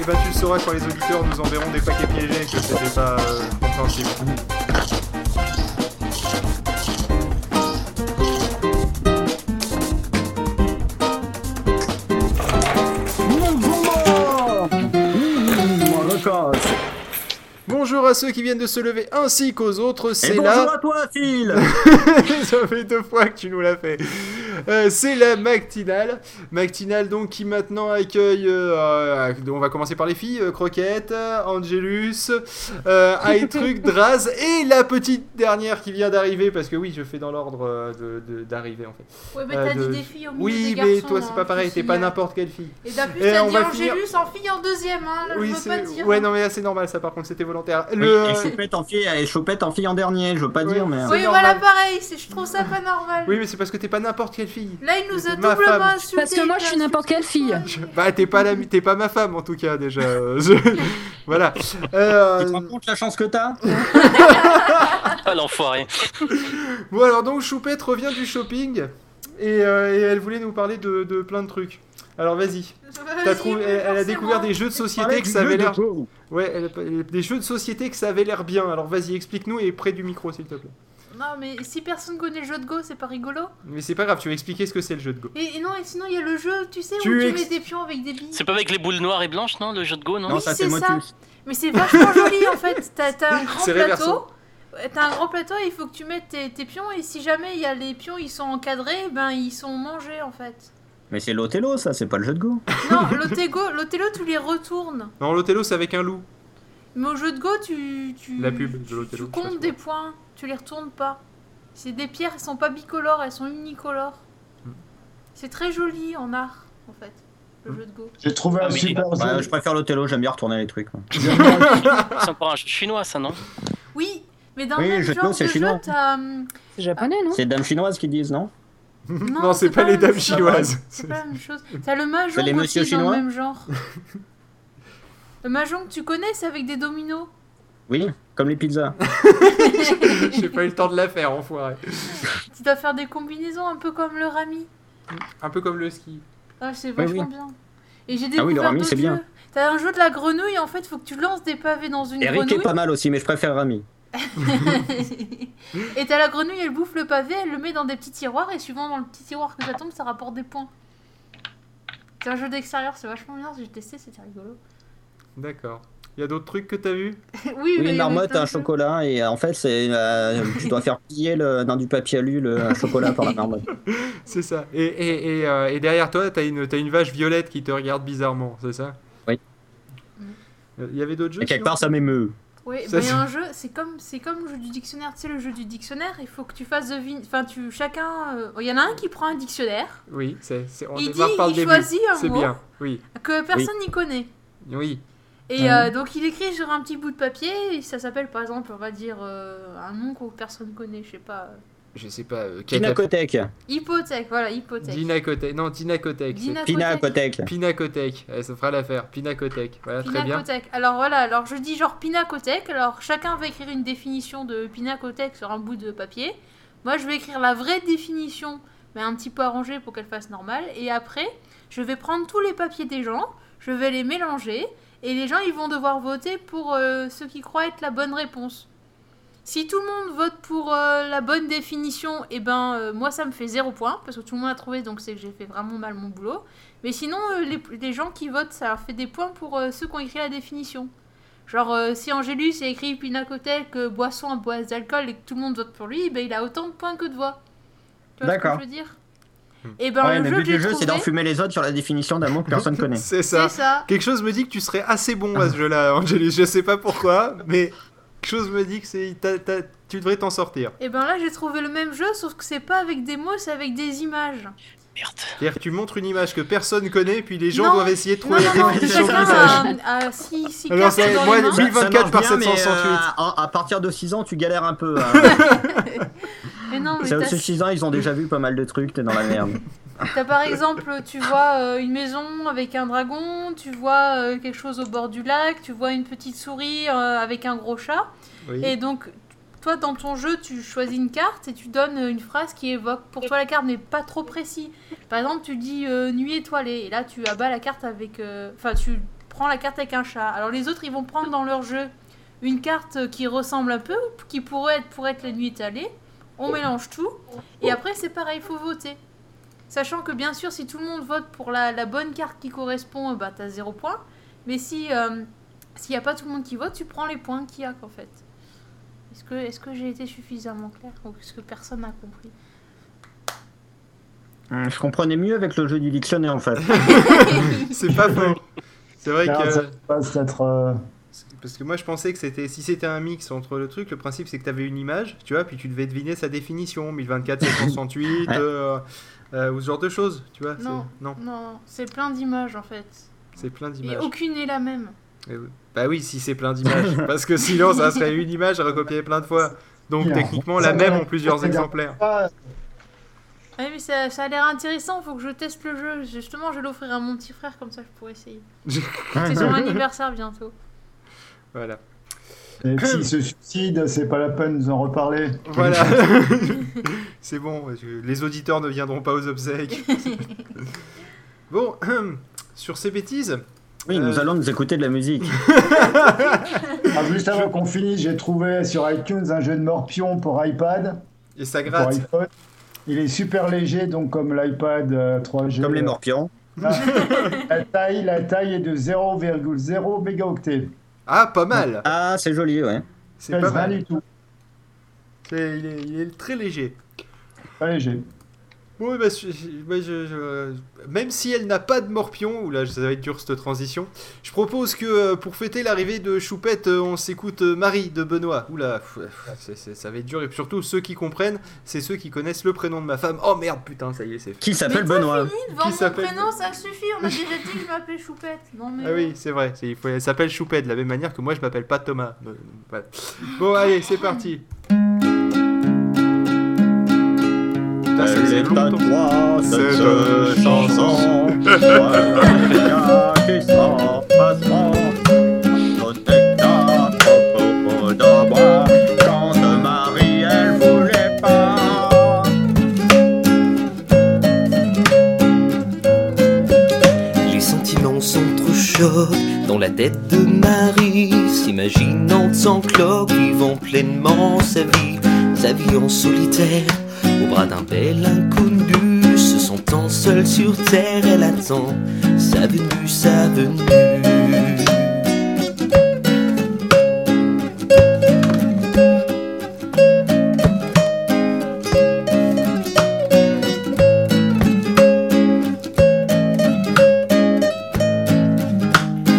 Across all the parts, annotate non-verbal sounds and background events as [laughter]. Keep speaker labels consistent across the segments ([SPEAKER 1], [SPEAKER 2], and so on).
[SPEAKER 1] Et bah tu le sauras quand les auditeurs nous enverront des paquets piégés et que c'était pas euh, compréhensible. Bonjour à ceux qui viennent de se lever ainsi qu'aux autres,
[SPEAKER 2] Et
[SPEAKER 1] c'est
[SPEAKER 2] bonjour
[SPEAKER 1] là.
[SPEAKER 2] à toi, [laughs] Phil
[SPEAKER 1] [laughs] Ça fait deux fois que tu nous l'as fait. Euh, c'est la matinale. Matinale donc qui maintenant accueille... euh, euh, on va commencer par les filles. euh, Croquette, euh, Angelus, euh, Aitruc,
[SPEAKER 2] [laughs]
[SPEAKER 1] Draz et la petite dernière qui vient d'arriver. Parce que oui, je fais dans l'ordre euh, de- de- d'arrivée en fait.
[SPEAKER 3] Ouais, mais
[SPEAKER 1] Euh,
[SPEAKER 3] t'as
[SPEAKER 1] de-
[SPEAKER 3] dit des filles au milieu
[SPEAKER 1] Oui,
[SPEAKER 3] des garçons.
[SPEAKER 1] mais toi c'est
[SPEAKER 3] hein,
[SPEAKER 1] pas pareil.
[SPEAKER 3] je
[SPEAKER 1] T'es
[SPEAKER 3] signale.
[SPEAKER 1] pas n'importe quelle fille.
[SPEAKER 3] Et d'un plus,
[SPEAKER 1] Et
[SPEAKER 3] t'as
[SPEAKER 1] on
[SPEAKER 3] dit oh,
[SPEAKER 1] va finir-
[SPEAKER 3] Angélus en fille en deuxième, hein. là, je veux pas
[SPEAKER 1] c'est.
[SPEAKER 3] dire.
[SPEAKER 1] Ouais, non, mais là, c'est normal. Ça, par contre, c'était volontaire.
[SPEAKER 2] Oui,
[SPEAKER 1] Le.
[SPEAKER 2] Et chopette en fille, et chopette en fille en dernier, je veux pas
[SPEAKER 1] Oui.
[SPEAKER 2] dire, mais.
[SPEAKER 1] c'est
[SPEAKER 3] oui,
[SPEAKER 1] normal.
[SPEAKER 3] voilà, pareil, c'est- je trouve ça pas normal.
[SPEAKER 1] [laughs] Oui, mais c'est parce que t'es pas n'importe quelle fille.
[SPEAKER 3] Là, il nous a
[SPEAKER 1] C'est ma femme.
[SPEAKER 3] doublement insulté.
[SPEAKER 4] Parce que moi, je suis n'importe quelle fille.
[SPEAKER 1] Je-
[SPEAKER 3] [laughs]
[SPEAKER 1] Bah, t'es pas, la... mi- t'es pas ma femme en tout cas déjà. [laughs] Euh, je- Voilà. Euh,
[SPEAKER 2] Tu te rends compte la chance que t'as
[SPEAKER 5] Ah l'enfoiré.
[SPEAKER 1] Bon, alors donc Choupette revient du shopping et, euh, et elle voulait nous parler de, de plein de trucs. Alors vas-y. T'as trouvé... elle, elle a découvert des jeux de société que ça avait l'air. Ouais, elle a pas- elle- des jeux de société que ça avait l'air bien. Alors vas-y, explique-nous et près du micro s'il te plaît.
[SPEAKER 3] Non, mais si personne connaît le jeu de Go, c'est pas rigolo.
[SPEAKER 1] Mais c'est pas grave, tu vas expliquer ce que c'est le jeu de Go.
[SPEAKER 3] Et, et non, et sinon, il y a le jeu, tu sais,
[SPEAKER 1] Tu
[SPEAKER 3] où
[SPEAKER 1] ex-
[SPEAKER 3] tu mets des pions avec des billes.
[SPEAKER 5] C'est pas avec les boules noires et blanches, non, le jeu de Go, non
[SPEAKER 2] Non, ça
[SPEAKER 3] c'est
[SPEAKER 2] c'est
[SPEAKER 3] ça.
[SPEAKER 2] Motus.
[SPEAKER 3] Mais c'est vachement joli
[SPEAKER 1] [laughs]
[SPEAKER 3] en fait. T'as t'as un grand
[SPEAKER 1] C'est
[SPEAKER 3] plateau.
[SPEAKER 1] réversant.
[SPEAKER 3] Ouais, T'as un grand plateau et il faut que tu mettes tes, tes pions. Et si jamais il y a les pions, ils sont encadrés, ben ils sont mangés en fait.
[SPEAKER 2] Mais c'est l'Othello, ça, c'est pas le jeu de go.
[SPEAKER 1] [laughs]
[SPEAKER 3] Non, l'Otego, l'Othello, tu les retournes.
[SPEAKER 1] Non, l'Othello c'est avec un loup. [laughs]
[SPEAKER 3] Mais au jeu de Go, tu. tu
[SPEAKER 1] La pub de
[SPEAKER 3] tu-
[SPEAKER 1] l'Othello,
[SPEAKER 3] Tu
[SPEAKER 1] je sais
[SPEAKER 3] comptes
[SPEAKER 1] pas.
[SPEAKER 3] des points, tu les retournes pas. C'est des pierres, elles sont pas bicolores, elles sont unicolores.
[SPEAKER 1] Hmm.
[SPEAKER 3] C'est très joli en art en fait, le
[SPEAKER 1] Hmm.
[SPEAKER 3] jeu de Go.
[SPEAKER 6] J'ai trouvé
[SPEAKER 5] Ah,
[SPEAKER 6] un
[SPEAKER 5] mais
[SPEAKER 6] super
[SPEAKER 1] bah,
[SPEAKER 2] Ouais,
[SPEAKER 6] jeu.
[SPEAKER 2] Bah, je préfère l'Othello, j'aime bien retourner les trucs. moi.
[SPEAKER 6] J'aime bien.
[SPEAKER 5] C'est pas un jeu chinois, ça, non
[SPEAKER 3] Oui, mais dans
[SPEAKER 2] Oui,
[SPEAKER 3] le même
[SPEAKER 2] le jeu de
[SPEAKER 3] genre
[SPEAKER 2] Go, c'est
[SPEAKER 3] de
[SPEAKER 2] chinois.
[SPEAKER 3] jeu,
[SPEAKER 2] [laughs]
[SPEAKER 3] t'as. hum,
[SPEAKER 4] C'est japonais, non
[SPEAKER 2] C'est les dames chinoises qui disent, non
[SPEAKER 3] Non,
[SPEAKER 1] c'est pas, les
[SPEAKER 3] la même
[SPEAKER 1] dames
[SPEAKER 3] chose.
[SPEAKER 1] chinoises.
[SPEAKER 3] C'est pas la même chose. T'as le
[SPEAKER 2] [laughs]
[SPEAKER 3] mahjong
[SPEAKER 2] C'est les
[SPEAKER 3] aussi
[SPEAKER 2] messieurs
[SPEAKER 3] dans
[SPEAKER 2] chinois
[SPEAKER 3] le
[SPEAKER 2] [laughs]
[SPEAKER 3] même genre. le mahjong, tu connais, c'est avec des dominos.
[SPEAKER 2] Oui, comme les pizzas.
[SPEAKER 1] J'ai pas eu le temps de la faire, enfoiré.
[SPEAKER 3] Tu dois faire des combinaisons un peu comme le rami.
[SPEAKER 1] Un peu comme le ski.
[SPEAKER 3] Ah, c'est vachement
[SPEAKER 2] oui.
[SPEAKER 3] bien. Et j'ai
[SPEAKER 2] Ah
[SPEAKER 3] découvert
[SPEAKER 2] oui, le rami,
[SPEAKER 3] d'autres
[SPEAKER 2] c'est bien.
[SPEAKER 3] jeux. T'as un jeu de la grenouille, en fait, faut que tu lances des pavés dans une
[SPEAKER 2] Eric est
[SPEAKER 3] grenouille.
[SPEAKER 2] pas mal aussi, mais je préfère Rami.
[SPEAKER 3] [laughs] et t'as la grenouille, elle bouffe le pavé, elle le met dans des petits tiroirs, et suivant dans le petit tiroir que ça tombe, ça rapporte des points. C'est un jeu d'extérieur, c'est vachement bien, j'ai testé, c'était rigolo. [laughs]
[SPEAKER 1] D'accord. Il y a d'autres trucs que t'as vu
[SPEAKER 3] oui, mais il y
[SPEAKER 2] Oui,
[SPEAKER 3] avait
[SPEAKER 2] marmotte,
[SPEAKER 3] plein de
[SPEAKER 2] un
[SPEAKER 3] jeux.
[SPEAKER 2] chocolat, et euh, en fait, c'est euh, tu dois faire plier le, dans du papier alu le un chocolat par la marmotte.
[SPEAKER 1] C'est ça. Et, et, et, euh, et derrière toi, t'as une, t'as une vache violette qui te regarde bizarrement, c'est ça
[SPEAKER 2] Oui.
[SPEAKER 1] Euh, Il y avait d'autres jeux
[SPEAKER 2] Et quelque
[SPEAKER 1] sinon
[SPEAKER 2] part, ça m'émeut.
[SPEAKER 3] Oui,
[SPEAKER 1] Ça,
[SPEAKER 3] bah, il y
[SPEAKER 1] c'est-
[SPEAKER 3] a un jeu, c'est comme c'est comme le jeu du dictionnaire, tu sais le jeu du dictionnaire, il faut que tu fasses devine, enfin tu chacun, euh, il y en a un qui prend un dictionnaire,
[SPEAKER 1] Oui, c'est, c'est- on
[SPEAKER 3] il dit,
[SPEAKER 1] démarre par le
[SPEAKER 3] il
[SPEAKER 1] début.
[SPEAKER 3] choisit un
[SPEAKER 1] C'est
[SPEAKER 3] mot
[SPEAKER 1] bien, oui.
[SPEAKER 3] que personne n'y connaît.
[SPEAKER 1] Oui,
[SPEAKER 3] Et
[SPEAKER 2] Ah
[SPEAKER 3] euh, donc il écrit sur un petit bout de papier, et ça s'appelle par exemple, on va dire euh, un nom que personne connaît, je sais pas. euh,
[SPEAKER 1] je sais pas. Euh,
[SPEAKER 2] Pinacothèque.
[SPEAKER 3] hypothèque, voilà, hypothèque.
[SPEAKER 1] Dinacothèque. Non, Dinacothèque. c'est-
[SPEAKER 2] Pinacothèque.
[SPEAKER 3] Dinacothèque.
[SPEAKER 1] Pinacothèque. Eh, ça fera l'affaire. Pinacothèque. Voilà, très bien.
[SPEAKER 3] Pinacothèque. Alors voilà, alors je dis genre pinacothèque. Alors chacun va écrire une définition de pinacothèque sur un bout de papier. Moi, je vais écrire la vraie définition, mais un petit peu arrangée pour qu'elle fasse normale. Et après, je vais prendre tous les papiers des gens, je vais les mélanger, et les gens, ils vont devoir voter pour euh, ce qu'ils croient être la bonne réponse. Si tout le monde vote pour euh, la bonne définition, et ben euh, moi ça me fait zéro point parce que tout le monde a trouvé donc c'est que j'ai fait vraiment mal mon boulot. Mais sinon, euh, les, les gens qui votent, ça leur fait des points pour euh, ceux qui ont écrit la définition. Genre, euh, si Angélus a écrit pinacothèque, euh, boisson à base d'alcool et que tout le monde vote pour lui, ben, il a autant de points que de voix. Tu vois ce que
[SPEAKER 2] D'accord.
[SPEAKER 3] je veux dire
[SPEAKER 1] Hmm.
[SPEAKER 3] Et ben
[SPEAKER 2] ouais, mais le
[SPEAKER 3] le jeu,
[SPEAKER 2] but du
[SPEAKER 3] j'ai
[SPEAKER 2] jeu, c'est
[SPEAKER 3] trouvé,
[SPEAKER 2] d'enfumer les autres sur la définition d'un mot que personne
[SPEAKER 3] [laughs]
[SPEAKER 2] connaît.
[SPEAKER 1] C'est
[SPEAKER 3] c'est
[SPEAKER 1] ça.
[SPEAKER 3] ça.
[SPEAKER 1] Quelque chose me dit que tu serais assez bon à ce jeu-là, Angélique. Je sais pas pourquoi, mais quelque chose me dit que c'est, t'as- t'as- tu devrais t'en sortir.
[SPEAKER 3] Et ben là, j'ai trouvé le même jeu, sauf que c'est pas avec des mots, c'est avec des images.
[SPEAKER 5] Merde.
[SPEAKER 1] C'est-à-dire que tu montres une image que personne connaît, puis les gens
[SPEAKER 3] Non.
[SPEAKER 1] doivent essayer de
[SPEAKER 3] Non,
[SPEAKER 1] trouver
[SPEAKER 3] non,
[SPEAKER 1] la
[SPEAKER 3] non,
[SPEAKER 1] définition du
[SPEAKER 3] chacun
[SPEAKER 1] message.
[SPEAKER 3] a, a six, six
[SPEAKER 1] Alors,
[SPEAKER 3] cartes
[SPEAKER 1] c'est-
[SPEAKER 3] dans
[SPEAKER 1] moi,
[SPEAKER 3] les mains.
[SPEAKER 1] les- 1024 par
[SPEAKER 2] marche bien, mais, euh,
[SPEAKER 1] 768.
[SPEAKER 2] à, à partir de 6 ans, tu galères un peu.
[SPEAKER 3] [laughs]
[SPEAKER 2] hein.
[SPEAKER 3] Mais non, mais
[SPEAKER 2] C'est
[SPEAKER 3] t'as
[SPEAKER 2] au-dessus de 6 ans, ils ont déjà vu pas mal de trucs, t'es dans la
[SPEAKER 3] [laughs]
[SPEAKER 2] merde.
[SPEAKER 3] T'as par exemple, tu vois euh, une maison avec un dragon, tu vois euh, quelque chose au bord du lac, tu vois une petite souris euh, avec un gros chat.
[SPEAKER 1] Oui.
[SPEAKER 3] Et donc, toi, dans ton jeu, tu choisis une carte et tu donnes euh, une phrase qui évoque pour toi la carte, mais pas trop précis. Par exemple, tu dis euh, nuit étoilée, et là, tu abats la carte avec. euh, Enfin, tu prends la carte avec un chat. Alors les autres, ils vont prendre dans leur jeu une carte qui ressemble un peu, ou qui pourrait être pour être la nuit étalée. On mélange tout. Et après, c'est pareil, il faut voter. Sachant que bien sûr, si tout le monde vote pour la, la bonne carte qui correspond, bah t'as zéro point. Mais si euh, s'il n'y a pas tout le monde qui vote, tu prends les points qu'il y a en fait. Est-ce que, est-ce que j'ai été suffisamment clair ou est-ce que personne n'a compris
[SPEAKER 2] Hum, Je comprenais mieux avec le jeu du dictionnaire en
[SPEAKER 3] [laughs]
[SPEAKER 2] fait.
[SPEAKER 1] [laughs] C'est pas faux. C'est vrai
[SPEAKER 6] Merde, ça
[SPEAKER 1] que.
[SPEAKER 6] passe d'être. euh,
[SPEAKER 1] Parce que moi je pensais que c'était si c'était un mix entre le truc, le principe c'est que tu avais une image, tu vois, puis tu devais deviner sa définition,
[SPEAKER 3] [laughs]
[SPEAKER 1] 1024, 768,
[SPEAKER 2] Ouais.
[SPEAKER 1] euh, euh, ou ce genre de choses, tu vois. c'est-
[SPEAKER 3] Non.
[SPEAKER 1] non
[SPEAKER 3] Non, c'est plein d'images en fait.
[SPEAKER 1] c'est plein
[SPEAKER 3] Et
[SPEAKER 1] d'images.
[SPEAKER 3] aucune n'est la même.
[SPEAKER 1] Eh oui. Bah oui, si c'est plein
[SPEAKER 6] [laughs]
[SPEAKER 1] d'images, parce que sinon ça serait une image à recopier plein de fois. Donc
[SPEAKER 6] Bien.
[SPEAKER 1] techniquement la
[SPEAKER 6] Ça,
[SPEAKER 1] même en
[SPEAKER 6] ça,
[SPEAKER 1] plusieurs
[SPEAKER 6] ça,
[SPEAKER 1] exemplaires.
[SPEAKER 6] Ah,
[SPEAKER 3] Ouais, mais ça, ça a l'air intéressant, faut que je teste le jeu. Justement, je vais l'offrir à mon petit frère, comme ça je pourrais essayer.
[SPEAKER 1] Ah, [laughs]
[SPEAKER 3] C'est son anniversaire bientôt.
[SPEAKER 1] Voilà.
[SPEAKER 6] et s'il se suicide, c'est pas la peine de nous en reparler.
[SPEAKER 1] Voilà. [laughs] c'est bon, je- les auditeurs ne viendront pas aux obsèques. bon, hum, sur ces bêtises,
[SPEAKER 2] Oui, nous allons nous écouter de la musique.
[SPEAKER 3] Euh,
[SPEAKER 6] Ah, juste avant qu'on finisse, j'ai trouvé sur iTunes un jeu de morpion pour iPad.
[SPEAKER 1] et ça
[SPEAKER 6] pour
[SPEAKER 1] gratte.
[SPEAKER 6] iPhone. Il est super léger, donc comme l'iPad euh, 3G.
[SPEAKER 2] Comme les morpions.
[SPEAKER 6] La, la taille, la taille est de 0,0 mégaoctets.
[SPEAKER 1] Ah, pas mal.
[SPEAKER 2] Ah, c'est joli, ouais.
[SPEAKER 1] C'est pas
[SPEAKER 6] rien
[SPEAKER 1] mal.
[SPEAKER 6] du tout.
[SPEAKER 1] C'est- il, est, il est très léger.
[SPEAKER 6] Pas léger.
[SPEAKER 1] Bon, eh ben, je- je- moi, je- je- même si elle n'a pas de morpion, ou là ça va être dur cette transition, je propose que euh, pour fêter l'arrivée de Choupette, euh, on s'écoute euh, Marie de Benoît. Oula, pff, pff, c'est- c'est- ça va être dur, et surtout ceux qui comprennent, c'est ceux qui connaissent le prénom de ma femme. Oh merde, putain, ça y est, c'est fait.
[SPEAKER 2] Qui s'appelle
[SPEAKER 3] Mais toi,
[SPEAKER 2] Benoît
[SPEAKER 3] fini de vendre
[SPEAKER 1] Qui
[SPEAKER 3] mon
[SPEAKER 1] s'appelle-
[SPEAKER 3] prénom, ça suffit. On a déjà dit que je m'appelais Choupette. Non mais.
[SPEAKER 1] Ah oui, c'est vrai, c'est- il faut, elle s'appelle Choupette, de la même manière que moi je m'appelle pas Thomas. Euh, voilà. Bon, allez, c'est parti. Putain, ça faisait longtemps. Cette chanson.
[SPEAKER 2] Quand Marie elle voulait pas
[SPEAKER 7] Les sentiments s'entrechoquent dans la tête de Marie, s'imaginant sans cloque, vivant pleinement sa vie, sa vie en solitaire, au bras d'un bel inconnu, se sentant seule sur terre, elle attend sa venue, sa venue.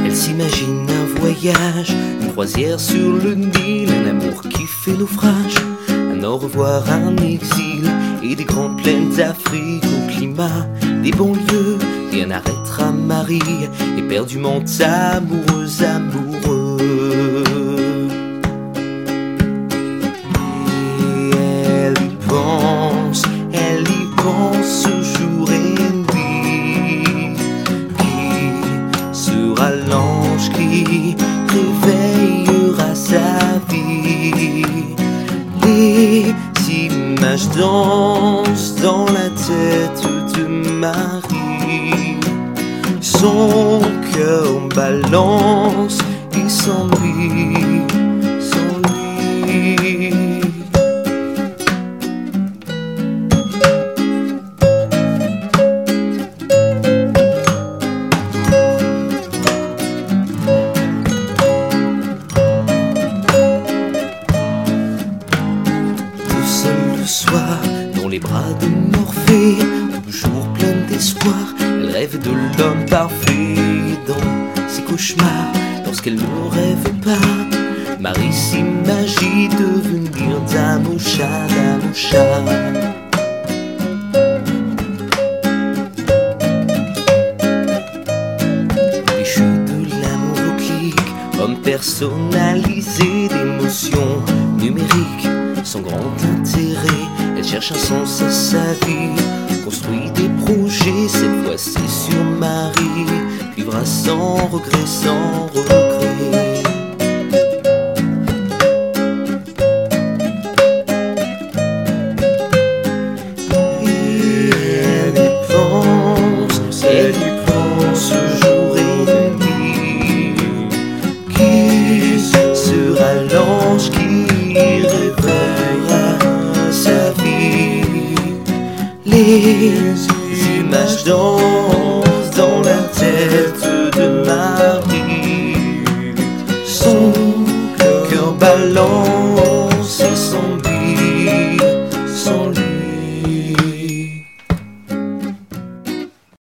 [SPEAKER 7] Elle s'imagine un voyage, une croisière sur le Nil, un amour qui fait naufrage, un au revoir, un exil, et des grandes plaines d'Afrique au climat, des banlieues, rien n'arrêtera Marie, éperdument amoureuse, amoureux. Et elle y pense, elle y pense jour et nuit. Qui sera l'ange qui réveillera sa vie? Les images dansent dans la tête de Marie. Son cœur balance et s'ennuie, s'ennuie. tout seul le soir dans les bras de Morphée, toujours pleine d'espoir, elle rêve de l'homme parfait dans ses cauchemars, lorsqu'elle ne rêve pas, Marie s'imagine devenir dame au chat, dame au chat. Les jeux de l'amour au clic, homme personnalisé d'émotions numériques, sans grand intérêt. Elle cherche un sens à sa vie, construit des projets, cette fois-ci sur Marie, vivra sans regret, sans regret. Et elle y pense, elle y pense jour et nuit. des images dans